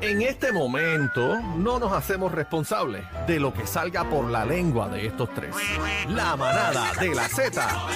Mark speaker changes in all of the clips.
Speaker 1: En este momento no nos hacemos responsables de lo que salga por la lengua de estos tres. La manada de la Z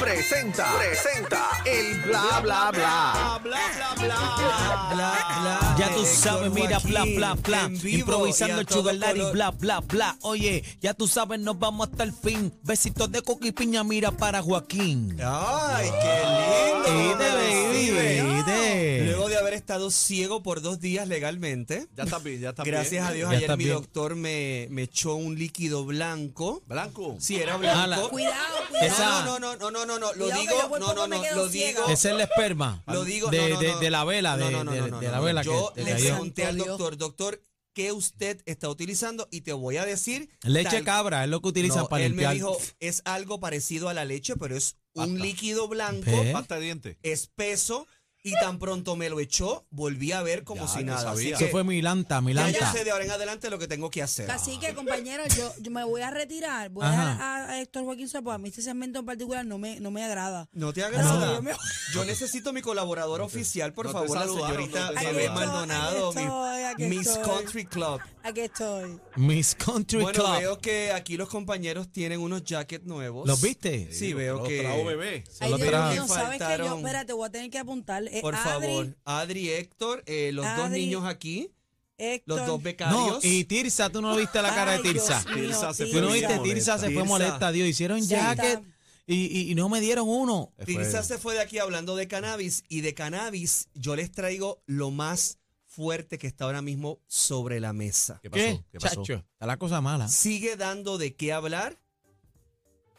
Speaker 1: presenta, presenta el bla bla bla.
Speaker 2: bla, bla, bla, bla.
Speaker 3: Ya tú sabes, mira, bla, bla, bla.
Speaker 2: En vivo y
Speaker 3: Improvisando
Speaker 2: a
Speaker 3: el
Speaker 2: todo
Speaker 3: sugar daddy,
Speaker 2: color.
Speaker 3: bla, bla, bla. Oye, ya tú sabes, nos vamos hasta el fin. Besitos de coca y piña, mira, para Joaquín.
Speaker 2: Ay, qué lindo.
Speaker 3: Vete, baby, vete.
Speaker 2: Luego de haber estado ciego por dos días legalmente,
Speaker 4: Ya está bien, ya está bien.
Speaker 2: gracias a Dios
Speaker 3: Ya
Speaker 2: ayer
Speaker 3: estás
Speaker 2: mi
Speaker 3: bien.
Speaker 2: doctor me, me echó un líquido blanco.
Speaker 4: Blanco.
Speaker 2: Sí, era
Speaker 3: Ala.
Speaker 2: blanco.
Speaker 5: Cuidado, cuidado.
Speaker 3: Esa,
Speaker 2: No, no, no, no, no, no, no, lo
Speaker 5: Cuidado que
Speaker 2: digo,
Speaker 5: yo por
Speaker 2: no,
Speaker 5: poco
Speaker 2: no,
Speaker 5: me
Speaker 2: no,
Speaker 5: quedo
Speaker 2: lo
Speaker 5: ciega.
Speaker 2: digo.
Speaker 3: Esa es la esperma.
Speaker 2: Lo digo
Speaker 3: de,
Speaker 2: no, no,
Speaker 3: de-
Speaker 2: no.
Speaker 3: de la vela, de,
Speaker 2: No, no, no,
Speaker 3: de-
Speaker 2: no, no,
Speaker 3: de
Speaker 2: no,
Speaker 3: la
Speaker 2: no.
Speaker 3: vela
Speaker 2: Yo
Speaker 3: que te
Speaker 2: le
Speaker 3: cayó.
Speaker 2: pregunté al
Speaker 5: Santo Dios.
Speaker 2: doctor, doctor, ¿qué usted está utilizando? Y te voy a decir.
Speaker 3: Leche
Speaker 2: tal-
Speaker 3: cabra es lo que utilizan
Speaker 2: No,
Speaker 3: para
Speaker 2: él
Speaker 3: limpiar.
Speaker 2: me dijo, es algo parecido a la leche, pero es un
Speaker 4: Pasta.
Speaker 2: líquido blanco,
Speaker 3: Ve.
Speaker 4: Pasta de dientes.
Speaker 2: espeso, y tan pronto me lo echó, volví a ver como
Speaker 4: Ya,
Speaker 2: si
Speaker 4: yo
Speaker 2: nada. Así
Speaker 4: sabía.
Speaker 3: Eso
Speaker 2: que
Speaker 3: fue mi lanta, mi
Speaker 2: ya
Speaker 3: lanta.
Speaker 2: yo sé de ahora en adelante lo que tengo que hacer.
Speaker 5: Así que, compañero, yo, yo me voy a retirar. Voy a
Speaker 3: Ajá.
Speaker 5: dejar a, a Héctor Joaquín Sopo. A mí este segmento en particular no me, no me agrada.
Speaker 2: No te
Speaker 5: Así que
Speaker 2: agrada.
Speaker 5: yo me-
Speaker 2: Yo necesito mi colaborador oficial, por
Speaker 4: no te
Speaker 2: favor, la
Speaker 4: saludaron,
Speaker 2: señorita
Speaker 4: no te
Speaker 2: Isabel
Speaker 4: saludaron.
Speaker 2: Maldonado,
Speaker 5: Aquí estoy, aquí
Speaker 2: mi- Miss
Speaker 5: estoy.
Speaker 2: Country Club.
Speaker 5: Aquí estoy.
Speaker 3: Miss Country
Speaker 2: Bueno,
Speaker 3: Club.
Speaker 2: veo que aquí los compañeros tienen unos jackets nuevos.
Speaker 3: ¿Los viste?
Speaker 2: Sí, veo
Speaker 4: Los
Speaker 3: Eh,
Speaker 2: que...
Speaker 4: trajo bebé.
Speaker 3: Se
Speaker 5: Ay,
Speaker 3: lo
Speaker 5: Dios
Speaker 3: traje.
Speaker 5: mío, sabes que yo,
Speaker 2: Faltaron.
Speaker 5: espérate, voy a tener que apuntar. Eh,
Speaker 2: Por
Speaker 5: Adri,
Speaker 2: favor, Adri, Héctor, eh, los dos
Speaker 5: Adri,
Speaker 2: niños aquí,
Speaker 5: Héctor.
Speaker 2: los dos
Speaker 3: No,
Speaker 2: becarios.
Speaker 3: y Tirsa, tú no viste la cara de
Speaker 5: Ay, Dios
Speaker 3: Tirsa.
Speaker 5: mío,
Speaker 4: Tirsa se fue
Speaker 3: Tú no
Speaker 4: Tirsa.
Speaker 3: viste, Tirsa se fue
Speaker 2: Tirsa.
Speaker 3: molesta, Dios. Hicieron
Speaker 5: Sí.
Speaker 3: jacket y, y- y no me dieron uno.
Speaker 2: Tirsa se fue de aquí hablando de cannabis y de cannabis yo les traigo lo más fuerte que está ahora mismo sobre la mesa.
Speaker 4: ¿Qué pasó?
Speaker 3: ¿Qué?
Speaker 4: ¿Qué pasó?
Speaker 3: Chacho, está la cosa mala.
Speaker 2: Sigue dando de qué hablar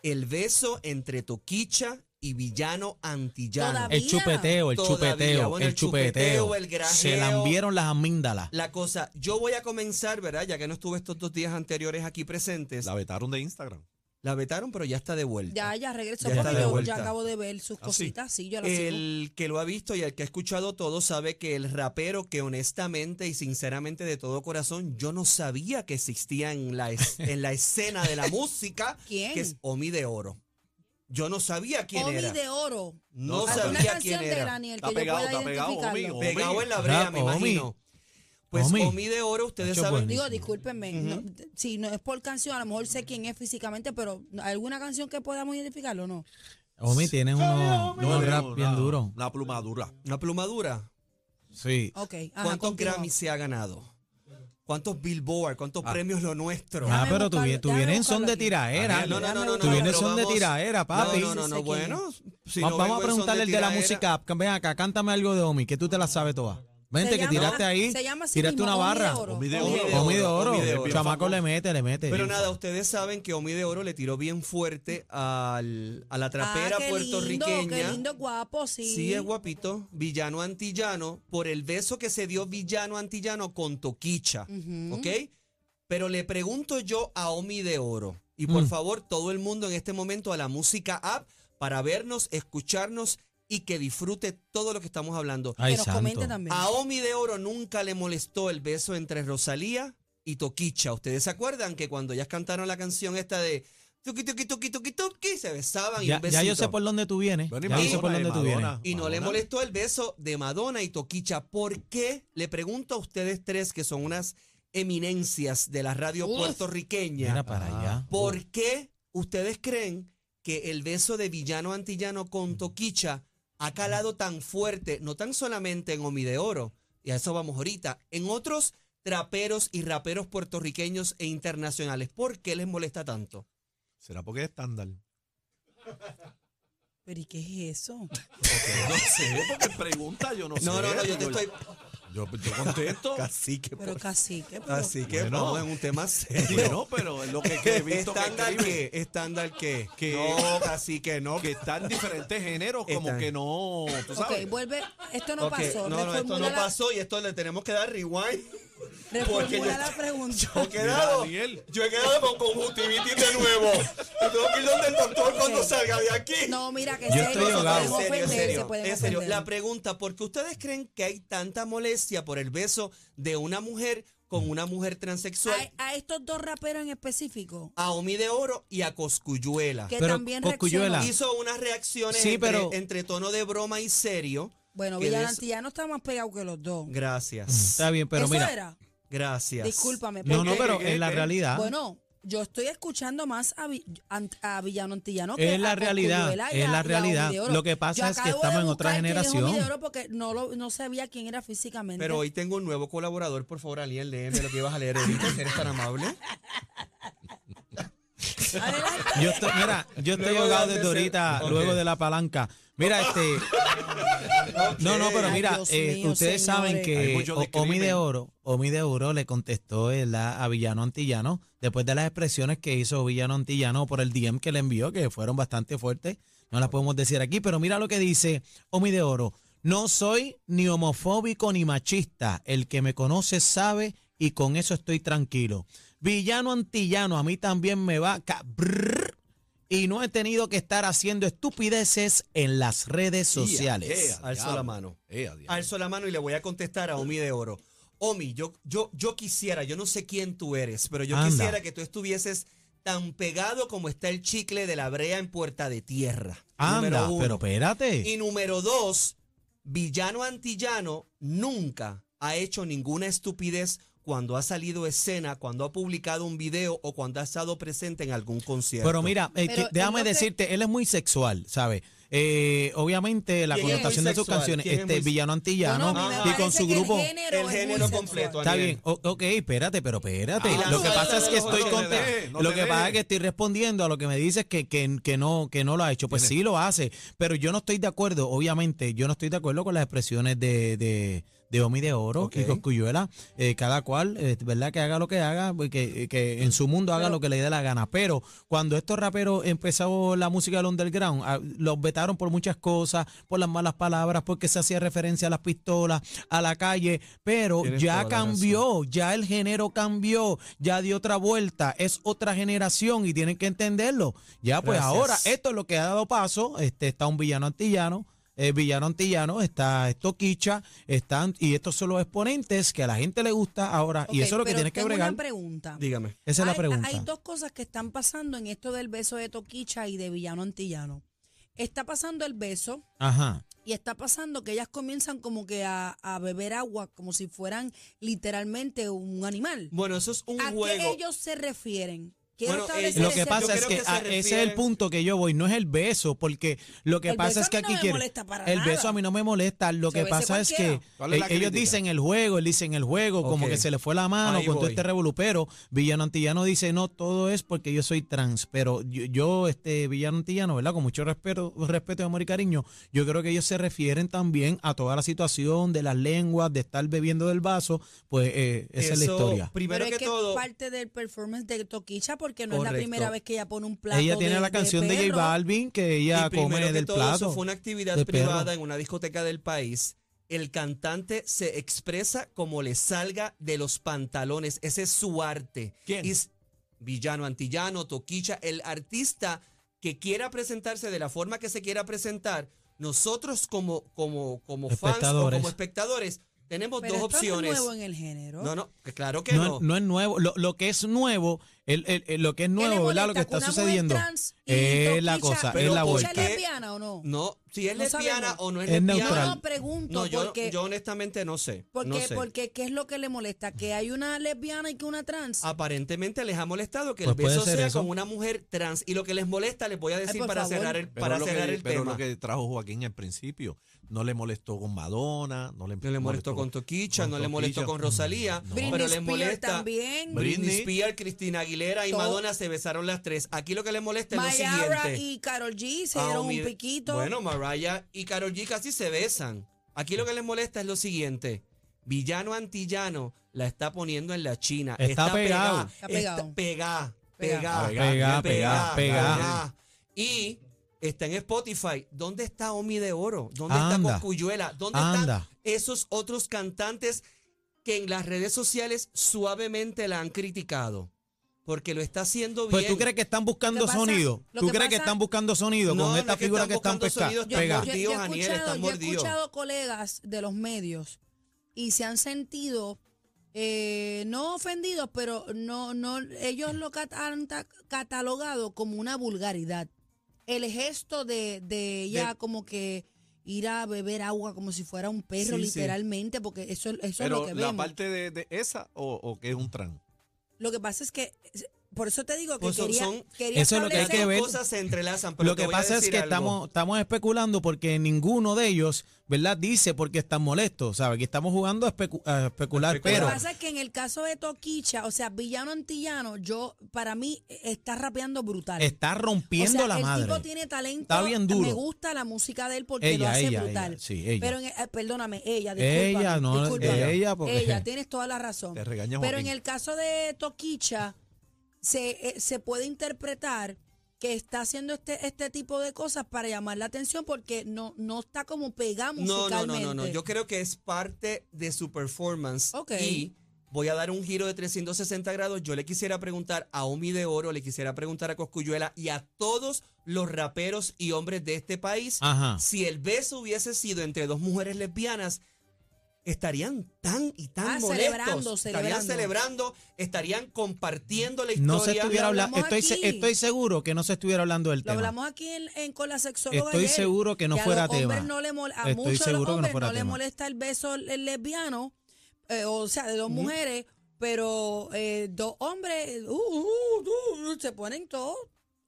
Speaker 2: el beso entre Toquicha y Villano Antillano.
Speaker 5: Todavía.
Speaker 3: El chupeteo, el
Speaker 2: Todavía,
Speaker 3: chupeteo,
Speaker 2: bueno,
Speaker 3: el
Speaker 2: el chupeteo,
Speaker 3: chupeteo.
Speaker 2: el grajeo.
Speaker 3: Se lambieron las amíndalas.
Speaker 2: La cosa, yo voy a comenzar, ¿verdad? Ya que no estuve estos dos días anteriores aquí presentes.
Speaker 4: La
Speaker 2: La,
Speaker 4: vetaron de Instagram.
Speaker 2: vetaron, pero ya está de vuelta.
Speaker 5: Ya, ya regresó
Speaker 2: Ya está
Speaker 5: porque
Speaker 2: de
Speaker 5: yo
Speaker 2: vuelta.
Speaker 5: ya acabo de ver sus
Speaker 4: ¿Ah, sí?
Speaker 5: cositas. Sí, yo las sigo.
Speaker 2: El que lo ha visto y el que ha escuchado todo sabe que el rapero que honestamente y sinceramente de todo corazón yo no sabía que existía en la, es- en la escena de la música,
Speaker 5: ¿Quién?
Speaker 2: que es Omi de Oro. Yo no sabía quién
Speaker 5: Omi
Speaker 2: era.
Speaker 5: de Oro.
Speaker 2: No
Speaker 4: Alguna
Speaker 5: Alguna
Speaker 2: sabía quién
Speaker 5: canción de
Speaker 2: era.
Speaker 5: Graniel
Speaker 4: Está
Speaker 5: que
Speaker 4: pegado,
Speaker 5: yo pueda
Speaker 4: está pegado, Omi,
Speaker 5: identificarlo.
Speaker 4: Omi.
Speaker 2: Pegado en la brea, me
Speaker 3: Omi.
Speaker 2: imagino. Pues
Speaker 3: Omi.
Speaker 2: Omi, de Oro, ustedes
Speaker 3: Hacho,
Speaker 2: saben.
Speaker 3: bueno.
Speaker 5: Digo, discúlpenme, no, d- si no es por canción, a lo mejor sé quién es físicamente, pero ¿hay alguna canción que podamos identificarlo o no?
Speaker 3: Omi, tienes unos unos
Speaker 4: le
Speaker 3: rap
Speaker 4: dimos
Speaker 3: bien
Speaker 4: una-
Speaker 3: duros.
Speaker 4: Una pluma dura.
Speaker 2: Una plumadura.
Speaker 3: Sí.
Speaker 5: Ok. ajá,
Speaker 2: ¿Cuántos
Speaker 5: continúa.
Speaker 2: Grammys se ha ganado? ¿Cuántos Billboard? ¿Cuántos premios lo nuestro?
Speaker 3: Ah,
Speaker 5: Déjame
Speaker 3: pero tú,
Speaker 5: buscarlo,
Speaker 3: vi- tú
Speaker 5: déjame
Speaker 3: vienes en son de
Speaker 5: buscarlo aquí.
Speaker 3: tiraera.
Speaker 2: Ah, No, no, no, no,
Speaker 3: Tú
Speaker 2: no,
Speaker 3: vienes
Speaker 2: pero
Speaker 3: son de
Speaker 2: vamos-
Speaker 3: tiraera, papi.
Speaker 2: No, no, no,
Speaker 5: No sé
Speaker 2: no,
Speaker 5: quién
Speaker 2: bueno. si
Speaker 3: Va-
Speaker 2: no vengo en
Speaker 3: vamos a
Speaker 2: son
Speaker 3: preguntarle el de la
Speaker 2: tiraera,
Speaker 3: música. app. Ven acá, cántame algo de Omi, que tú te la sabes toda. Vente,
Speaker 5: Se
Speaker 3: que
Speaker 5: llama-
Speaker 3: tiraste ahí,
Speaker 5: se llama así
Speaker 3: tiraste
Speaker 5: mismo,
Speaker 3: una
Speaker 5: Omi de
Speaker 3: barra.
Speaker 5: Oro.
Speaker 4: Omi de
Speaker 2: Omi de
Speaker 4: oro.
Speaker 3: Omi de oro,
Speaker 2: Omi de oro.
Speaker 3: chamaco le mete, le mete.
Speaker 2: Pero nada, ustedes saben que Omi de Oro le tiró bien fuerte al, a la trapera
Speaker 5: Ah, qué
Speaker 2: puertorriqueña.
Speaker 5: Lindo, qué lindo, guapo, sí.
Speaker 2: Sí, es guapito, villano antillano, por el beso que se dio villano antillano con Toquicha,
Speaker 5: Ujú.
Speaker 2: ¿ok? Pero le pregunto yo a Omi de Oro, y por
Speaker 3: Mm.
Speaker 2: favor todo el mundo en este momento a la música app para vernos, escucharnos y que disfrute todo lo que estamos hablando.
Speaker 3: Ay,
Speaker 5: que nos comente
Speaker 3: santo.
Speaker 5: también.
Speaker 2: A Omi de Oro nunca le molestó el beso entre Rosalía y Toquicha. ¿Ustedes se acuerdan que cuando ellas cantaron la canción esta de tuqui tuqui tuqui tuqui tuqui se besaban y
Speaker 3: Ya,
Speaker 2: un
Speaker 3: ya
Speaker 2: besito?
Speaker 3: yo sé por dónde tú vienes.
Speaker 4: Bueno, y
Speaker 3: ya yo sé por
Speaker 4: Madonna,
Speaker 3: dónde tú
Speaker 4: y
Speaker 3: vienes.
Speaker 4: Madonna.
Speaker 2: Y no le
Speaker 4: Madonna.
Speaker 2: molestó el beso de Madonna y Toquicha. ¿Por qué? Le pregunto a ustedes tres que son unas eminencias de la radio
Speaker 5: Uf.
Speaker 2: puertorriqueña.
Speaker 3: Mira para allá.
Speaker 2: ¿Por qué ustedes creen que el beso de Villano Antillano con Toquicha ha calado tan fuerte, no tan solamente en Omi de Oro, y a eso vamos ahorita, en otros traperos y raperos puertorriqueños e internacionales? ¿Por qué les molesta tanto?
Speaker 4: ¿Será porque es estándar?
Speaker 5: Pero ¿y qué es eso?
Speaker 4: No sé, porque pregunta, yo no sé.
Speaker 2: No, no, no, yo te
Speaker 4: Digo,
Speaker 2: estoy...
Speaker 4: Yo, yo contesto.
Speaker 2: Así que...
Speaker 5: Pero cacique, pero...
Speaker 2: Así Ah, que
Speaker 4: Bueno.
Speaker 2: vamos en un tema serio.
Speaker 4: bueno, pero es lo que, que he visto que
Speaker 2: estándar
Speaker 4: escriben,
Speaker 2: que, estándar que,
Speaker 4: Que-
Speaker 2: no, casi que no.
Speaker 4: que están diferentes géneros, como
Speaker 2: Están.
Speaker 4: que no, tú sabes.
Speaker 5: Ok, vuelve. Esto no
Speaker 2: Ok,
Speaker 5: pasó.
Speaker 2: no, no, esto
Speaker 5: reformula
Speaker 2: no
Speaker 5: la-
Speaker 2: pasó y esto le tenemos que dar rewind. porque yo-
Speaker 5: Reformula la pregunta.
Speaker 2: Yo he quedado,
Speaker 4: Daniel.
Speaker 2: yo he quedado con conjuntivitis de nuevo. Yo tengo que ir donde el doctor cuando
Speaker 5: Ok.
Speaker 2: salga de aquí.
Speaker 5: No, mira, que
Speaker 3: Yo
Speaker 5: serio,
Speaker 3: estoy
Speaker 5: se
Speaker 3: ahogado.
Speaker 5: pueden
Speaker 2: En serio, en
Speaker 5: ofender, se
Speaker 2: serio,
Speaker 5: pueden
Speaker 2: en serio.
Speaker 5: ofender.
Speaker 2: La pregunta, ¿por qué ustedes creen que hay tanta molestia por el beso de una mujer con una mujer transexual?
Speaker 5: a, a estos dos raperos en específico,
Speaker 2: A Omi de Oro y a Coscuyuela.
Speaker 5: que
Speaker 3: Ah. Pero,
Speaker 5: también
Speaker 3: Cosculluela,
Speaker 5: reaccionan.
Speaker 2: hizo unas reacciones
Speaker 3: Ah. Sí,
Speaker 2: entre,
Speaker 3: pero- ah,
Speaker 2: entre tono de broma y serio
Speaker 5: Bueno,
Speaker 2: que de
Speaker 5: Villano
Speaker 2: eso-
Speaker 5: Antillano está más pegado que los dos.
Speaker 2: Gracias.
Speaker 3: Mm. Está bien, pero
Speaker 5: ¿Eso
Speaker 3: mira.
Speaker 5: era?
Speaker 2: Gracias.
Speaker 5: Discúlpame.
Speaker 3: No,
Speaker 5: porque-
Speaker 3: no, pero
Speaker 4: ¿Qué,
Speaker 3: en la
Speaker 4: qué?
Speaker 3: realidad.
Speaker 5: Bueno, yo estoy escuchando más a, Vi- Ant- a Villano Antillano que
Speaker 3: Es la
Speaker 5: a
Speaker 3: realidad,
Speaker 5: Cocuyuela y
Speaker 3: es
Speaker 5: a-
Speaker 3: la
Speaker 5: y a
Speaker 3: realidad.
Speaker 5: Omideoro.
Speaker 3: Lo que pasa
Speaker 5: Yo
Speaker 3: es que
Speaker 5: acabo de
Speaker 3: estamos en otra
Speaker 5: buscar quién es
Speaker 3: generación.
Speaker 5: Omideoro porque no, lo, no sabía quién era físicamente.
Speaker 2: Pero hoy tengo un nuevo colaborador, por favor, Aliel, léeme lo que ibas a leer ahorita, si eres tan amable.
Speaker 5: Adelante.
Speaker 3: Yo estoy, mira, yo estoy
Speaker 2: Luego de
Speaker 3: ahogado
Speaker 2: donde
Speaker 3: desde
Speaker 2: se-
Speaker 3: ahorita,
Speaker 2: Ok.
Speaker 3: luego de la palanca. Mira, este. No, no, pero
Speaker 5: Ay,
Speaker 3: mira,
Speaker 5: Dios
Speaker 3: eh,
Speaker 5: mío,
Speaker 3: ustedes saben
Speaker 5: señores.
Speaker 4: Hay
Speaker 3: que
Speaker 4: mucho
Speaker 3: O- Omi
Speaker 4: discrimen.
Speaker 3: de Oro, Omi de Oro le contestó el- a a Villano Antillano después de las expresiones que hizo Villano Antillano por el DM que le envió, que fueron bastante fuertes. No las podemos decir aquí, pero mira lo que dice Omi de Oro. No soy ni homofóbico ni machista. El que me conoce sabe y con eso estoy tranquilo. Villano Antillano, a mí también me va. ca- brrr, y no he tenido que estar haciendo estupideces en las redes sociales.
Speaker 4: Ea, ea,
Speaker 2: Alzo
Speaker 4: diablo.
Speaker 2: la mano.
Speaker 4: Ea, diablo.
Speaker 2: Alzo la mano y le voy a contestar a Omi de Oro. Omi, yo, yo, yo quisiera, yo no sé quién tú eres, pero yo
Speaker 3: Anda.
Speaker 2: quisiera que tú estuvieses tan pegado como está el chicle de la brea en Puerta de Tierra.
Speaker 3: Anda,
Speaker 2: Número uno.
Speaker 3: pero espérate.
Speaker 2: Y número dos, Villano Antillano nunca ha hecho ninguna estupidez cuando ha salido escena, cuando ha publicado un video o cuando ha estado presente en algún concierto.
Speaker 3: Pero mira, eh,
Speaker 5: Pero
Speaker 3: que- déjame
Speaker 5: él no se-
Speaker 3: decirte, él es muy sexual, ¿sabes? Eh, obviamente la
Speaker 2: ¿Quién es
Speaker 3: connotación
Speaker 2: muy
Speaker 3: de sus
Speaker 2: sexual?
Speaker 3: canciones,
Speaker 2: ¿Quién es
Speaker 3: este
Speaker 2: muy-
Speaker 3: Villano Antillano
Speaker 5: Bueno, a mí me
Speaker 3: y
Speaker 5: parece
Speaker 3: con su
Speaker 5: que
Speaker 3: grupo.
Speaker 5: El género,
Speaker 2: El
Speaker 5: es
Speaker 2: género
Speaker 5: muy
Speaker 2: completo,
Speaker 5: sexual.
Speaker 3: Está
Speaker 2: Daniel.
Speaker 3: bien, o- ok, espérate, pero espérate.
Speaker 2: Ah,
Speaker 3: lo que
Speaker 2: no,
Speaker 3: pasa
Speaker 2: no,
Speaker 3: es
Speaker 2: no,
Speaker 3: que
Speaker 2: no,
Speaker 3: estoy
Speaker 2: no,
Speaker 4: no,
Speaker 3: contra-
Speaker 4: no te dé, no
Speaker 3: Lo
Speaker 4: te
Speaker 3: que
Speaker 4: dé.
Speaker 3: pasa es que estoy respondiendo a lo que me dices que, que, que no, que no lo ha hecho. Pues sí lo hace, pero yo no estoy de acuerdo, obviamente, yo no estoy de acuerdo con las expresiones de, de, de Omi de Oro y
Speaker 2: Ok.
Speaker 3: Coscuyuela. eh, cada cual, eh, ¿verdad? Que haga lo que haga, pues, que, que en su mundo haga lo que le dé la gana. Pero cuando estos raperos empezaron la música del underground, ah, los vetaron por muchas cosas, por las malas palabras, porque se hacía referencia a las pistolas, a la calle, pero
Speaker 2: Tienes toda
Speaker 3: ya
Speaker 2: la
Speaker 3: cambió, ya el género cambió, ya dio otra vuelta, es otra generación y tienen que entenderlo. Ya pues
Speaker 2: Gracias.
Speaker 3: ahora, esto es lo que ha dado paso, este está un villano antillano. eh, villano antillano, está esto Quicha, están, y estos son los exponentes que a la gente le gusta ahora, y eso
Speaker 5: Ok,
Speaker 3: es lo que
Speaker 5: pero
Speaker 3: tienes que
Speaker 5: tengo
Speaker 3: bregar.
Speaker 5: Una pregunta.
Speaker 2: Dígame.
Speaker 3: Esa es la
Speaker 5: Hay-
Speaker 3: pregunta.
Speaker 5: Hay dos cosas que están pasando en esto del beso de Toquicha y de Villano Antillano. Está pasando el beso
Speaker 3: Ajá.
Speaker 5: y está pasando que ellas comienzan como que a, a beber agua como si fueran literalmente un animal.
Speaker 2: Bueno, eso es un
Speaker 5: ¿A
Speaker 2: juego.
Speaker 5: qué ellos se refieren? Quiero
Speaker 2: Bueno, eh,
Speaker 5: establecer
Speaker 3: Lo
Speaker 5: ese
Speaker 3: que pasa
Speaker 2: creo
Speaker 3: es
Speaker 2: que
Speaker 3: que,
Speaker 2: se
Speaker 3: a- eh, ese es el
Speaker 2: refiere-
Speaker 3: punto que yo voy, no es el beso, porque lo que
Speaker 5: El
Speaker 3: pasa
Speaker 5: beso
Speaker 3: es que
Speaker 5: a mí no
Speaker 3: aquí
Speaker 5: me
Speaker 3: quiere-
Speaker 5: molesta para
Speaker 3: el
Speaker 5: nada.
Speaker 3: beso a mí no me molesta, lo
Speaker 5: Se
Speaker 3: que
Speaker 5: besa
Speaker 3: pasa es que
Speaker 5: cualquiera.
Speaker 4: ¿Cuál es la
Speaker 3: eh, ellos
Speaker 4: crítica?
Speaker 3: dicen el juego, él dicen el juego, como
Speaker 2: Ok.
Speaker 3: que se le fue la mano
Speaker 2: Ahí
Speaker 3: con todo
Speaker 2: voy.
Speaker 3: este revolupero. Villano Antillano dice, no, todo es porque yo soy trans, pero yo, yo, este Villano Antillano, ¿verdad? Con mucho respeto, respeto, amor y cariño, yo creo que ellos se refieren también a toda la situación de las lenguas, de estar bebiendo del vaso, pues eh, esa es la
Speaker 2: Eso,
Speaker 3: historia.
Speaker 2: Primero
Speaker 5: Pero
Speaker 2: que,
Speaker 5: es que
Speaker 2: todo,
Speaker 5: parte del performance de Toquicha porque no es la
Speaker 2: Correcto.
Speaker 5: primera vez que ella pone un plato
Speaker 3: Ella tiene
Speaker 5: de-
Speaker 3: la canción de, J
Speaker 5: perro.
Speaker 3: Balvin que ella
Speaker 2: y primero
Speaker 3: come
Speaker 2: que
Speaker 3: del
Speaker 2: todo,
Speaker 3: plato.
Speaker 2: eso fue una actividad
Speaker 3: de perro.
Speaker 2: privada en una discoteca del país. El cantante se expresa como le salga de los pantalones. Ese es su arte.
Speaker 4: ¿Quién?
Speaker 2: Y es villano, antillano, toquicha, el artista que quiera presentarse de la forma que se quiera presentar, nosotros como, como, como fans o
Speaker 3: Espectadores.
Speaker 2: como espectadores tenemos
Speaker 5: Pero
Speaker 2: dos
Speaker 5: esto no es
Speaker 2: opciones.
Speaker 5: nuevo en el género.
Speaker 2: No, no, que claro que
Speaker 3: no,
Speaker 2: no.
Speaker 3: es- no es nuevo. Lo, lo que es nuevo, el, el- el- lo que es
Speaker 5: ¿Qué le
Speaker 3: nuevo, ¿verdad? Lo que está
Speaker 5: molesta una mujer
Speaker 3: sucediendo.
Speaker 5: trans y
Speaker 3: Es la
Speaker 5: Toquicha-
Speaker 3: cosa, es
Speaker 5: pero
Speaker 3: la
Speaker 5: Toquicha
Speaker 2: vuelta.
Speaker 5: ¿Es lesbiana o no?
Speaker 2: No, si es
Speaker 5: No
Speaker 2: lesbiana
Speaker 5: sabemos.
Speaker 2: o no es,
Speaker 3: Es
Speaker 2: lesbiana.
Speaker 3: neutral.
Speaker 5: No, no, pregunto,
Speaker 2: No, yo,
Speaker 5: porque-
Speaker 2: yo honestamente no sé.
Speaker 5: Porque,
Speaker 2: no sé.
Speaker 5: porque ¿qué es lo que le molesta? ¿Que hay una lesbiana y que una trans?
Speaker 2: Ah, Aparentemente les ha molestado que el
Speaker 3: Pues puede
Speaker 2: beso
Speaker 3: ser
Speaker 2: sea
Speaker 3: eso.
Speaker 2: con una mujer trans. Y lo que les molesta, les voy a decir
Speaker 5: por
Speaker 2: para
Speaker 5: favor.
Speaker 2: cerrar el,
Speaker 4: Pero
Speaker 2: para
Speaker 4: lo que-
Speaker 2: cerrar el
Speaker 4: pero
Speaker 2: tema.
Speaker 4: lo que trajo Joaquín al principio, no le molestó con Madonna, no le,
Speaker 2: No le molestó con Toquicha,
Speaker 4: con
Speaker 2: no le molestó
Speaker 4: Toquicha.
Speaker 2: con Rosalía,
Speaker 5: Britney
Speaker 2: pero les
Speaker 5: Spears
Speaker 2: molesta.
Speaker 5: también.
Speaker 2: Britney
Speaker 4: Britney.
Speaker 2: Spears, Cristina Aguilera y
Speaker 5: Todo.
Speaker 2: Madonna se besaron las tres. Aquí lo que les molesta es lo
Speaker 5: Mayara
Speaker 2: siguiente.
Speaker 5: y Carol G se
Speaker 2: Ah,
Speaker 5: dieron
Speaker 2: Omi-
Speaker 5: un piquito.
Speaker 2: Bueno, Mariah y Karol G casi se besan. Aquí lo que les molesta es lo siguiente. Villano Antillano la está poniendo en la China.
Speaker 3: Está pegado.
Speaker 2: pegada.
Speaker 5: Está pegado.
Speaker 2: Está pegada. Pegada.
Speaker 5: Pegado.
Speaker 3: Pegado,
Speaker 2: pegada,
Speaker 3: pegado,
Speaker 2: pegada. Y está en Spotify. ¿Dónde está Omi de Oro? ¿Dónde
Speaker 3: Anda.
Speaker 2: está Cocuyuela? ¿Dónde
Speaker 3: Anda.
Speaker 2: están esos otros cantantes que en las redes sociales suavemente la han criticado? Porque lo está haciendo bien.
Speaker 3: Pues tú crees que están buscando
Speaker 5: Lo que pasa-
Speaker 3: sonido.
Speaker 5: lo
Speaker 3: Tú
Speaker 5: que
Speaker 3: crees que
Speaker 5: pasa-
Speaker 3: están buscando sonido
Speaker 2: No,
Speaker 3: con
Speaker 2: no
Speaker 3: esta
Speaker 2: es que
Speaker 3: figura
Speaker 2: están
Speaker 3: que están
Speaker 2: buscando
Speaker 3: pesca-
Speaker 2: sonido,
Speaker 5: yo,
Speaker 2: están
Speaker 3: pega.
Speaker 5: yo- yo
Speaker 2: Mordidos,
Speaker 5: he
Speaker 2: Aniel,
Speaker 5: escuchado,
Speaker 2: están
Speaker 5: yo he
Speaker 2: mordidos.
Speaker 5: escuchado colegas de los medios y se han sentido eh, no ofendidos, pero no, no, ellos lo cat- han ta- catalogado como una vulgaridad. El gesto de, de ella
Speaker 2: De-
Speaker 5: como que ir a beber agua como si fuera un perro,
Speaker 2: Sí, sí.
Speaker 5: literalmente, porque eso, eso es lo
Speaker 4: Pero
Speaker 5: que
Speaker 4: la
Speaker 5: vemos.
Speaker 4: parte de, de esa o, o que es un tran.
Speaker 5: Lo que pasa es que, eh, por eso te digo que
Speaker 2: Pues son-
Speaker 5: quería,
Speaker 2: son-
Speaker 5: quería
Speaker 3: Eso es lo que hay
Speaker 5: establecer-
Speaker 2: Esas
Speaker 3: ver.
Speaker 2: cosas se entrelazan, pero
Speaker 3: lo
Speaker 2: te
Speaker 3: que
Speaker 2: voy a
Speaker 3: pasa es
Speaker 2: decir
Speaker 3: que
Speaker 2: algo.
Speaker 3: estamos, estamos especulando porque ninguno de ellos, ¿verdad? Dice porque están molestos, ¿sabes? Aquí estamos jugando a, especu- a especular,
Speaker 4: A especular.
Speaker 5: Lo
Speaker 3: pero...
Speaker 5: que pasa es que en el caso de Toquicha, o sea, villano antillano, yo, para mí, eh, está rapeando brutal.
Speaker 3: Está rompiendo
Speaker 5: o sea,
Speaker 3: la
Speaker 5: el
Speaker 3: madre.
Speaker 5: tipo tiene talento.
Speaker 3: Está bien duro.
Speaker 5: Me gusta la música de él porque lo
Speaker 3: Ella,
Speaker 5: hace
Speaker 3: ella,
Speaker 5: brutal.
Speaker 3: ella, sí, ella.
Speaker 5: Pero en el- eh, perdóname, ella, discúlpame,
Speaker 3: Ella, no,
Speaker 5: discúlpame.
Speaker 3: ella, porque-
Speaker 5: Ella, tienes toda la razón.
Speaker 4: Te regaña
Speaker 5: Pero en
Speaker 4: Joaquín.
Speaker 5: el caso de Toquicha, se, eh, se puede interpretar que está haciendo este, este tipo de cosas para llamar la atención porque no, no está como pegado
Speaker 2: No, no,
Speaker 5: musicalmente.
Speaker 2: no, no, no. Yo creo que es parte de su performance.
Speaker 5: Ok.
Speaker 2: Y voy a dar un giro de 360 grados. Yo le quisiera preguntar a Omi de Oro, le quisiera preguntar a Coscuyuela y a todos los raperos y hombres de este país.
Speaker 3: Ajá.
Speaker 2: Si el beso hubiese sido entre dos mujeres lesbianas, estarían tan y tan
Speaker 5: Ah,
Speaker 2: molestos.
Speaker 5: celebrando,
Speaker 2: Estarían
Speaker 5: celebrando.
Speaker 2: celebrando, estarían compartiendo la historia.
Speaker 3: No se estuviera
Speaker 5: Lo
Speaker 3: hablando,
Speaker 5: hablamos
Speaker 3: estoy, se-
Speaker 5: aquí.
Speaker 3: estoy seguro que no se estuviera hablando del
Speaker 5: Lo
Speaker 3: tema.
Speaker 5: hablamos aquí en, en- con la sexóloga
Speaker 3: Estoy
Speaker 5: ayer,
Speaker 3: seguro que no
Speaker 5: a
Speaker 3: fuera
Speaker 5: los hombres
Speaker 3: tema.
Speaker 5: no le mol- a
Speaker 3: Estoy
Speaker 5: muchos de los
Speaker 3: seguro que no
Speaker 5: hombres no,
Speaker 3: fuera
Speaker 5: le
Speaker 3: tema.
Speaker 5: molesta el beso el lesbiano, eh, o sea, de dos mujeres, pero eh, dos hombres uh, uh, uh, se ponen todo.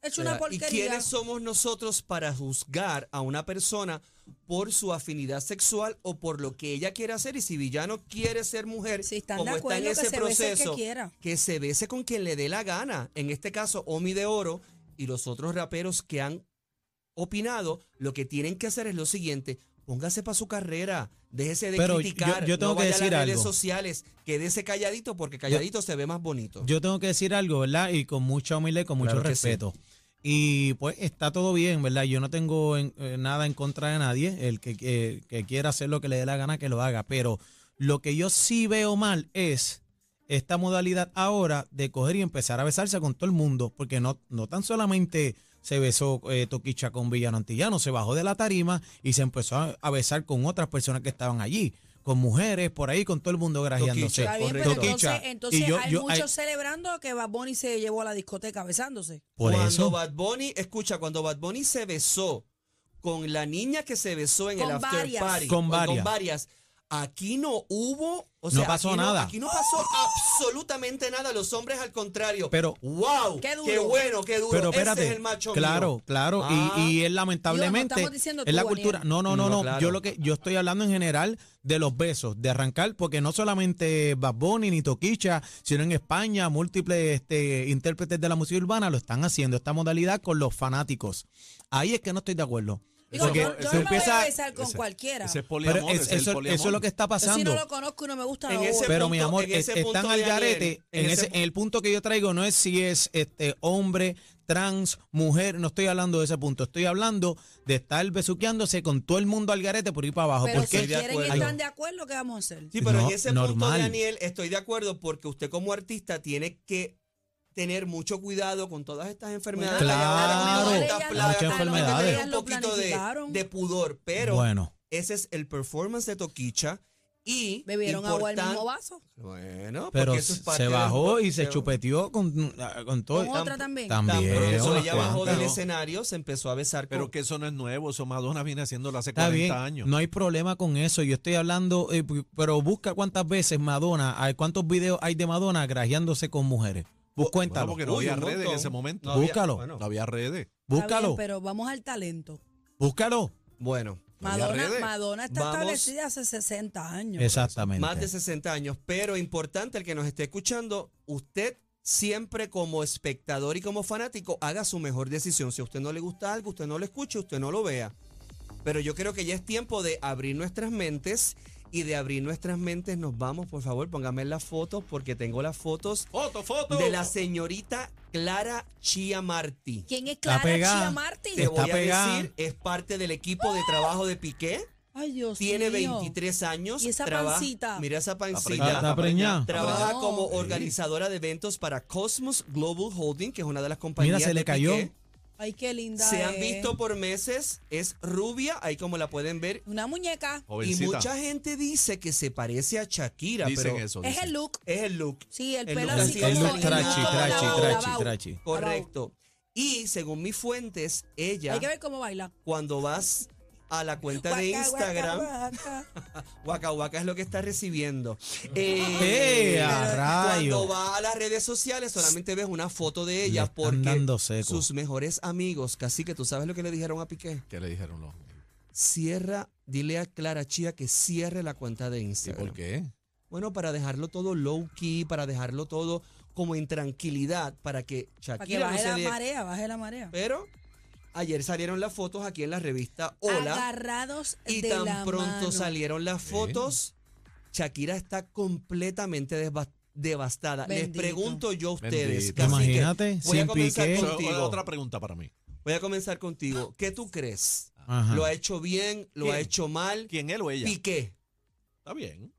Speaker 5: Es una
Speaker 2: sea, ¿Y
Speaker 5: porquería.
Speaker 2: quiénes somos nosotros para juzgar a una persona por su afinidad sexual o por lo que ella quiere hacer? Y si Villano quiere ser mujer,
Speaker 5: Si están
Speaker 2: como
Speaker 5: de
Speaker 2: está
Speaker 5: acuerdo,
Speaker 2: en
Speaker 5: que
Speaker 2: ese
Speaker 5: se bese el que
Speaker 2: proceso,
Speaker 5: quiera.
Speaker 2: que se bese con quien le dé la gana. En este caso, Omi de Oro y los otros raperos que han opinado, lo que tienen que hacer es lo siguiente. Póngase para su carrera, déjese de
Speaker 3: Pero yo-
Speaker 2: criticar,
Speaker 3: yo tengo
Speaker 2: no
Speaker 3: que
Speaker 2: vaya
Speaker 3: decir
Speaker 2: a las redes
Speaker 3: algo.
Speaker 2: sociales, quédese calladito porque calladito se ve más bonito.
Speaker 3: Yo tengo que decir algo, ¿verdad? Y con mucha humildad y con mucho
Speaker 2: Claro que sí.
Speaker 3: respeto. Y pues está todo bien, ¿verdad? Yo no tengo en- eh, nada en contra de nadie. El que, que- que quiera hacer lo que le dé la gana, que lo haga. Pero lo que yo sí veo mal es esta modalidad ahora de coger y empezar a besarse con todo el mundo. Porque no, no tan solamente se besó eh, Toquicha con Villano Antillano, se bajó de la tarima y se empezó a, a besar con otras personas que estaban allí. Con mujeres, por ahí, con todo el mundo grajeándose.
Speaker 5: Está bien, pero
Speaker 2: Correcto.
Speaker 5: entonces,
Speaker 3: Toquicha, y
Speaker 5: entonces
Speaker 3: yo-
Speaker 5: hay
Speaker 3: yo-
Speaker 5: muchos
Speaker 3: hay-
Speaker 5: celebrando que Bad Bunny se llevó a la discoteca besándose.
Speaker 3: Por
Speaker 2: cuando
Speaker 3: eso.
Speaker 2: Bad Bunny, escucha, cuando Bad Bunny se besó con la niña que se besó en
Speaker 5: Con
Speaker 2: el after
Speaker 5: varias.
Speaker 2: party,
Speaker 3: Con varias.
Speaker 2: aquí no hubo, o sea,
Speaker 3: pasó
Speaker 2: aquí
Speaker 3: nada.
Speaker 2: aquí no pasó absolutamente nada. Los hombres al contrario.
Speaker 3: Pero-
Speaker 2: wow,
Speaker 5: Qué duro.
Speaker 2: bueno, qué duro.
Speaker 3: Pero
Speaker 2: Ese
Speaker 3: espérate,
Speaker 2: es el macho
Speaker 3: claro,
Speaker 2: mío.
Speaker 3: claro,
Speaker 2: Ah.
Speaker 3: y, y es lamentablemente
Speaker 5: estamos diciendo
Speaker 3: es la
Speaker 5: tú,
Speaker 3: cultura.
Speaker 5: Daniel.
Speaker 3: No, no, no,
Speaker 2: No,
Speaker 3: no.
Speaker 2: claro.
Speaker 3: Yo lo que yo estoy hablando en general de los besos, de arrancar, porque no solamente Bad Bunny ni Toquicha, sino en España múltiples este, intérpretes de la música urbana lo están haciendo esta modalidad con los fanáticos. Ahí es que no estoy de acuerdo.
Speaker 5: Digo,
Speaker 3: Porque
Speaker 5: yo, yo
Speaker 3: se
Speaker 5: no me voy a
Speaker 3: empieza-
Speaker 5: besar con
Speaker 4: ese-
Speaker 5: cualquiera.
Speaker 4: Ese es
Speaker 3: pero
Speaker 4: poliamor,
Speaker 3: es-
Speaker 4: es el
Speaker 3: eso,
Speaker 4: poliamor.
Speaker 3: eso es lo que está
Speaker 5: Yo si
Speaker 3: pasando.
Speaker 5: no lo conozco y no me gusta,
Speaker 2: En
Speaker 5: no
Speaker 2: ese
Speaker 5: voy.
Speaker 3: Pero
Speaker 2: punto,
Speaker 3: mi amor,
Speaker 2: en
Speaker 3: es-
Speaker 2: ese
Speaker 3: están
Speaker 2: punto,
Speaker 3: al
Speaker 2: Daniel,
Speaker 3: garete.
Speaker 2: en
Speaker 3: En,
Speaker 2: ese
Speaker 3: ese, en el punto que yo traigo no es si es este hombre, trans, mujer, no estoy hablando de ese punto. Estoy hablando de estar besuqueándose con todo el mundo al garete por ir para abajo.
Speaker 5: Pero
Speaker 3: porque
Speaker 5: si
Speaker 2: Estoy de
Speaker 5: quieren y
Speaker 2: acuerdo.
Speaker 5: están de acuerdo, ¿qué vamos a hacer?
Speaker 2: Sí, pero
Speaker 3: No,
Speaker 2: en ese punto,
Speaker 3: normal.
Speaker 2: Daniel, estoy de acuerdo porque usted como artista tiene que tener mucho cuidado con todas estas enfermedades.
Speaker 5: Claro,
Speaker 2: Esta plaga,
Speaker 3: muchas
Speaker 2: hay que tener
Speaker 3: enfermedades.
Speaker 2: Un poquito de,
Speaker 5: Planificaron.
Speaker 2: de pudor, pero
Speaker 3: bueno,
Speaker 2: ese es el performance de Toquicha y
Speaker 5: Bebieron agua del
Speaker 2: importan-
Speaker 5: mismo vaso.
Speaker 2: Bueno,
Speaker 3: pero
Speaker 2: porque eso es parte
Speaker 3: se
Speaker 2: del-
Speaker 3: bajó y se
Speaker 2: pero-
Speaker 3: chupeteó con, ah, con todo.
Speaker 5: Con otra también.
Speaker 2: Tan
Speaker 3: También.
Speaker 2: pronto
Speaker 3: unas
Speaker 2: ella bajó
Speaker 3: cuantas.
Speaker 2: del escenario, se empezó a besar
Speaker 4: Pero
Speaker 2: con-
Speaker 4: que eso no es nuevo, eso Madonna viene haciéndolo hace
Speaker 3: Está
Speaker 4: 40
Speaker 3: bien,
Speaker 4: años.
Speaker 3: no hay problema con eso. Yo estoy hablando, eh, p- pero busca cuántas veces Madonna, hay cuántos videos hay de Madonna grajeándose con mujeres. Pues cuéntalo,
Speaker 4: porque no
Speaker 2: Uy,
Speaker 4: había
Speaker 2: un
Speaker 4: redes en
Speaker 2: montón.
Speaker 4: ese momento.
Speaker 2: No había-
Speaker 3: Búscalo.
Speaker 2: bueno,
Speaker 4: No había redes.
Speaker 5: Está
Speaker 3: búscalo,
Speaker 5: bien, pero vamos al talento.
Speaker 3: búscalo.
Speaker 2: bueno,
Speaker 5: Madonna,
Speaker 4: redes.
Speaker 5: Madonna está
Speaker 2: Vamos.
Speaker 5: establecida hace 60 años.
Speaker 3: Exactamente.
Speaker 2: más de 60 años. Pero importante, el que nos esté escuchando, usted siempre como espectador y como fanático haga su mejor decisión. Si a usted no le gusta algo, usted no lo escuche, usted no lo vea. Pero yo creo que ya es tiempo de abrir nuestras mentes y de abrir nuestras mentes nos vamos, por favor, póngame las fotos porque tengo las fotos
Speaker 4: ¡Foto, foto!
Speaker 2: de la señorita Clara Chiamarti.
Speaker 5: ¿Quién es
Speaker 3: Está
Speaker 5: Clara
Speaker 3: pegada.
Speaker 5: Chía Martin?
Speaker 2: Te voy a
Speaker 3: pegada.
Speaker 2: decir, es parte del equipo de trabajo de Piqué.
Speaker 5: Ay, Dios
Speaker 2: Tiene
Speaker 5: mío.
Speaker 2: 23 años.
Speaker 5: ¿Y esa
Speaker 2: traba-
Speaker 5: pancita?
Speaker 2: Mira esa
Speaker 3: preñada,
Speaker 2: pancita.
Speaker 3: está preñada.
Speaker 2: Trabaja
Speaker 5: No.
Speaker 2: como organizadora de eventos para Cosmos Global Holding, que es una de las compañías.
Speaker 3: Mira, se
Speaker 2: de
Speaker 3: le cayó.
Speaker 2: Piqué.
Speaker 5: Ay, qué linda.
Speaker 2: Se
Speaker 5: es.
Speaker 2: han visto por meses. Es rubia, ahí como la pueden ver.
Speaker 5: Una muñeca.
Speaker 2: Y
Speaker 4: Jovencita.
Speaker 2: mucha gente dice que se parece a Shakira,
Speaker 4: Dicen
Speaker 2: pero
Speaker 4: eso.
Speaker 5: Es
Speaker 4: dicen.
Speaker 5: el look.
Speaker 2: es el look.
Speaker 5: Sí, el,
Speaker 2: El
Speaker 5: pelo
Speaker 2: look
Speaker 5: así
Speaker 2: así,
Speaker 5: como.
Speaker 2: el look
Speaker 5: el
Speaker 2: trachi,
Speaker 5: look
Speaker 2: trachi,
Speaker 5: lavado,
Speaker 2: trachi,
Speaker 5: lavado.
Speaker 3: trachi.
Speaker 5: Lavado.
Speaker 2: Correcto. Y según mis fuentes, ella,
Speaker 5: Hay que ver cómo baila.
Speaker 2: cuando vas a la cuenta de
Speaker 5: Guaca, guaca,
Speaker 2: Instagram.
Speaker 5: guaca.
Speaker 2: Waka Waka es lo que está recibiendo. Eh,
Speaker 3: ¡Eh, a
Speaker 2: cuando
Speaker 3: rayo!
Speaker 2: va a las redes sociales solamente ves una foto de ella
Speaker 3: Le están
Speaker 2: porque
Speaker 3: dando seco.
Speaker 2: sus mejores amigos, casi que tú sabes lo que le dijeron a Piqué.
Speaker 4: ¿Qué le dijeron los?
Speaker 2: Cierra, dile a Clara Chía que cierre la cuenta de
Speaker 4: ¿Y
Speaker 2: Instagram.
Speaker 4: por qué?
Speaker 2: Bueno, para dejarlo todo low key, para dejarlo todo como en tranquilidad, para que
Speaker 5: Para que
Speaker 2: Shakira no
Speaker 5: baje
Speaker 2: se
Speaker 5: la
Speaker 2: dé.
Speaker 5: marea, baje la marea.
Speaker 2: Pero ayer salieron las fotos aquí en la revista Hola.
Speaker 5: Agarrados
Speaker 2: Y
Speaker 5: de
Speaker 2: tan
Speaker 5: la
Speaker 2: pronto
Speaker 5: mano.
Speaker 2: salieron las fotos, Shakira está completamente desba- devastada. Les
Speaker 5: Bendito.
Speaker 2: pregunto yo a ustedes.
Speaker 4: Bendito.
Speaker 2: cacique,
Speaker 3: Imagínate,
Speaker 2: voy a
Speaker 3: sin
Speaker 2: comenzar
Speaker 3: Piqué.
Speaker 4: Eso es
Speaker 2: contigo.
Speaker 4: otra pregunta para mí.
Speaker 2: Voy a comenzar contigo. ¿Qué tú crees?
Speaker 3: Ajá.
Speaker 2: ¿Lo ha hecho bien? ¿Lo ha
Speaker 4: ¿Quién?
Speaker 2: hecho mal?
Speaker 4: ¿Quién él o ella?
Speaker 2: Piqué.
Speaker 4: Está bien.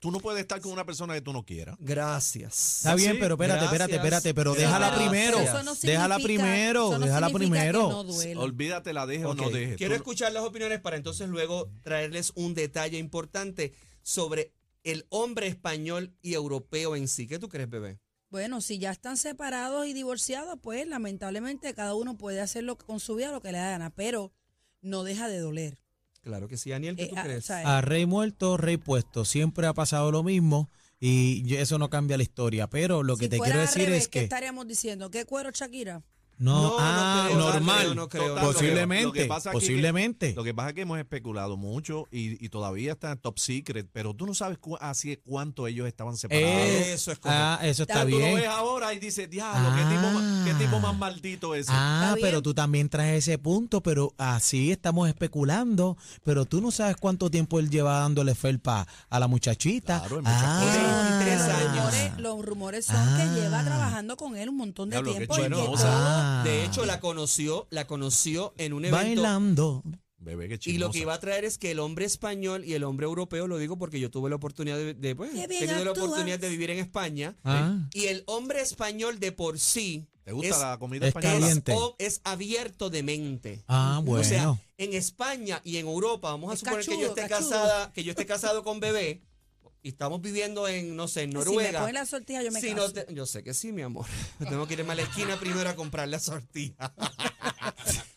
Speaker 4: Tú no puedes estar con una persona que tú no quieras.
Speaker 2: Gracias.
Speaker 3: Está bien,
Speaker 4: Sí,
Speaker 3: pero espérate, espérate,
Speaker 2: gracias.
Speaker 3: espérate, pero
Speaker 2: Gracias.
Speaker 3: déjala
Speaker 5: Pero
Speaker 3: primero.
Speaker 5: eso no
Speaker 3: déjala
Speaker 5: significa-
Speaker 3: primero,
Speaker 5: eso no
Speaker 3: déjala
Speaker 5: significa que
Speaker 3: primero.
Speaker 5: no duela.
Speaker 4: Olvídate, la deje o
Speaker 2: Ok,
Speaker 4: no deje.
Speaker 2: Quiero
Speaker 4: Tú-
Speaker 2: escuchar las opiniones para entonces luego traerles un detalle importante sobre el hombre español y europeo en sí. ¿Qué tú crees, bebé?
Speaker 5: Bueno, si ya están separados y divorciados, pues lamentablemente cada uno puede hacerlo con su vida lo que le da gana, pero no deja de doler.
Speaker 2: Claro que sí, Daniel. ¿Qué
Speaker 5: Eh,
Speaker 2: tú
Speaker 5: ah,
Speaker 2: crees?
Speaker 5: ¿sabes?
Speaker 3: A rey muerto, rey puesto. Siempre ha pasado lo mismo y yo- eso no cambia la historia. Pero lo que
Speaker 5: Si
Speaker 3: te
Speaker 5: fuera
Speaker 3: quiero
Speaker 5: al
Speaker 3: decir
Speaker 5: revés,
Speaker 3: es
Speaker 5: ¿qué
Speaker 3: que.
Speaker 5: estaríamos diciendo? ¿Qué cuero, Shakira?
Speaker 3: No,
Speaker 2: No, no
Speaker 3: ah,
Speaker 2: creo, no
Speaker 3: normal.
Speaker 2: creo, no creo, no
Speaker 4: Total, lo que-
Speaker 3: posiblemente,
Speaker 4: lo que pasa aquí que-
Speaker 3: posiblemente.
Speaker 4: Lo que pasa es que hemos especulado mucho y, y todavía está en top secret, pero tú no sabes cu- así cuánto ellos estaban separados.
Speaker 3: Eh,
Speaker 2: Eso es correcto. eh,
Speaker 3: ah, eso está
Speaker 5: Tú
Speaker 4: Tú lo
Speaker 3: bien.
Speaker 4: ves ahora y dices, diablo, ¿qué, tipo,
Speaker 3: Ah.
Speaker 4: ma- qué tipo más maldito ese.
Speaker 3: Ah,
Speaker 5: Está bien.
Speaker 3: pero tú también traes ese punto, pero así estamos especulando, pero tú no sabes cuánto tiempo él lleva dándole felpa a la muchachita.
Speaker 4: Claro, hay muchas
Speaker 3: ah,
Speaker 2: cosas. 23
Speaker 5: Los
Speaker 2: años.
Speaker 5: rumores, los rumores son
Speaker 3: Ah.
Speaker 5: que lleva trabajando con él un montón de
Speaker 4: Diablo, qué
Speaker 5: tiempo. y que
Speaker 4: chino,
Speaker 5: todo-
Speaker 4: o sea,
Speaker 3: Ah.
Speaker 2: De hecho, la conoció, la conoció en un evento.
Speaker 3: Bailando.
Speaker 4: Bebé, qué
Speaker 2: Y
Speaker 4: chismosa.
Speaker 2: lo que iba a traer es que el hombre español y el hombre europeo, lo digo porque yo tuve la oportunidad de, de, pues,
Speaker 5: Qué
Speaker 2: he
Speaker 5: bien
Speaker 2: tenido la
Speaker 5: actúas.
Speaker 2: oportunidad de vivir en España.
Speaker 3: Ah.
Speaker 2: Y el hombre español de por sí
Speaker 4: ¿Te gusta
Speaker 2: es,
Speaker 4: la comida
Speaker 3: es
Speaker 4: española?
Speaker 3: caliente.
Speaker 2: o- es abierto de mente.
Speaker 3: Ah, bueno.
Speaker 2: O sea, en España y en Europa, vamos a
Speaker 5: Es
Speaker 2: suponer que yo
Speaker 5: cachudo,
Speaker 2: esté
Speaker 5: cachudo.
Speaker 2: casada, que yo esté casado con bebé, y estamos viviendo en, no sé, en Noruega.
Speaker 5: Si me ponen la sortija, yo me
Speaker 2: Si no
Speaker 5: caso.
Speaker 2: te- yo sé que sí, mi amor. Tengo que irme a la esquina primero a comprar la sortija.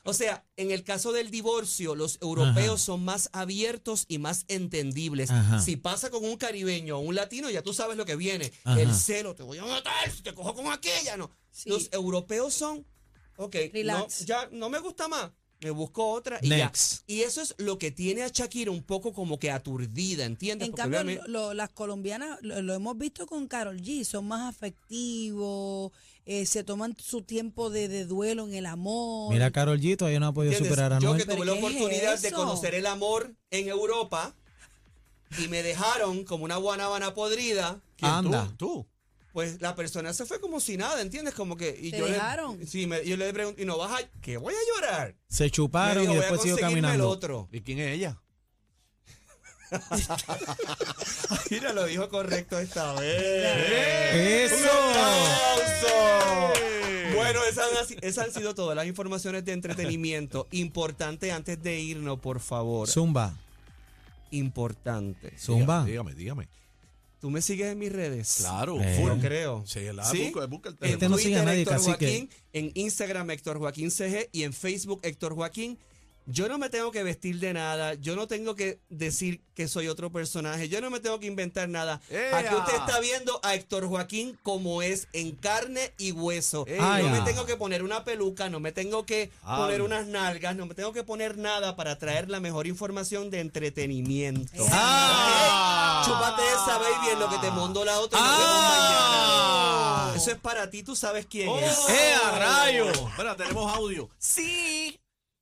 Speaker 2: o sea, en el caso del divorcio, los europeos son más abiertos y más entendibles.
Speaker 3: Ajá.
Speaker 2: Si pasa con un caribeño o un latino, ya tú sabes lo que viene.
Speaker 3: Ajá.
Speaker 2: El celo, te voy a matar, si te cojo con aquella, no.
Speaker 5: Sí.
Speaker 2: Los europeos son, ok, no,
Speaker 5: Relax.
Speaker 2: ya no me gusta más. Me busco otra y
Speaker 3: Next.
Speaker 2: ya. Y eso es lo que tiene a Shakira un poco como que aturdida, ¿entiendes?
Speaker 5: En
Speaker 2: Porque
Speaker 5: cambio,
Speaker 2: obviamente-
Speaker 5: lo- las colombianas lo, lo hemos visto con Carol G, son más afectivos, eh, se toman su tiempo de, de duelo en el amor.
Speaker 3: Mira, Carol G todavía no ha podido
Speaker 2: ¿Entiendes?
Speaker 3: superar a
Speaker 2: Yo
Speaker 3: Noel.
Speaker 2: que tuve la
Speaker 5: ¿Pero qué es
Speaker 2: oportunidad de
Speaker 5: eso?
Speaker 2: conocer el amor en Europa y me dejaron como una guanábana podrida,
Speaker 4: ¿Quién, tú?
Speaker 3: Anda.
Speaker 4: ¿Tú?
Speaker 2: pues la persona se fue como si nada, ¿entiendes? Como que... Y
Speaker 5: ¿Te
Speaker 2: yo le-
Speaker 5: dejaron?
Speaker 2: sí, me- yo le pregunto, ¿y no vas a... ¿Qué voy a llorar?
Speaker 3: Se
Speaker 2: Me
Speaker 3: chuparon
Speaker 2: dijo,
Speaker 3: y
Speaker 2: voy a
Speaker 3: después siguió
Speaker 2: conseguirme el
Speaker 3: caminando.
Speaker 2: otro.
Speaker 4: ¿Y quién es ella?
Speaker 2: Mira, lo dijo correcto esta vez.
Speaker 3: ¡Eso!
Speaker 2: ¡Aplauso! Bueno, esas han, así- esas han sido todas las informaciones de entretenimiento. Importante antes de irnos, por favor.
Speaker 3: Zumba,
Speaker 2: Importante.
Speaker 3: zumba.
Speaker 4: Dígame, dígame.
Speaker 2: ¿Tú me sigues en mis redes?
Speaker 4: Claro,
Speaker 3: Eh.
Speaker 4: full.
Speaker 2: No creo.
Speaker 4: Sí, la
Speaker 2: ¿Sí?
Speaker 4: busca- busca el
Speaker 2: En
Speaker 3: Este
Speaker 4: teléfono.
Speaker 3: no sigue a
Speaker 2: Twitter,
Speaker 3: nadie,
Speaker 2: Héctor
Speaker 3: cacique.
Speaker 2: Joaquín. En Instagram, Héctor Joaquín CG. Y en Facebook, Héctor Joaquín. Yo no me tengo que vestir de nada. Yo no tengo que decir que soy otro personaje. Yo no me tengo que inventar nada.
Speaker 4: ¡Ea!
Speaker 2: Aquí usted está viendo a Héctor Joaquín como es, en carne y hueso.
Speaker 4: ¡Ea!
Speaker 2: No me tengo que poner una peluca, no me tengo que
Speaker 4: Ay.
Speaker 2: poner unas nalgas, no me tengo que poner nada para traer la mejor información de entretenimiento.
Speaker 3: Ah.
Speaker 4: Eh,
Speaker 2: Ok, Chúpate esa, baby, en lo que te mando la otra y nos
Speaker 4: Ah.
Speaker 2: vemos mañana. Eso es para ti, tú sabes quién es.
Speaker 4: ¡Eh, a rayo! Espera, tenemos audio.
Speaker 2: Sí.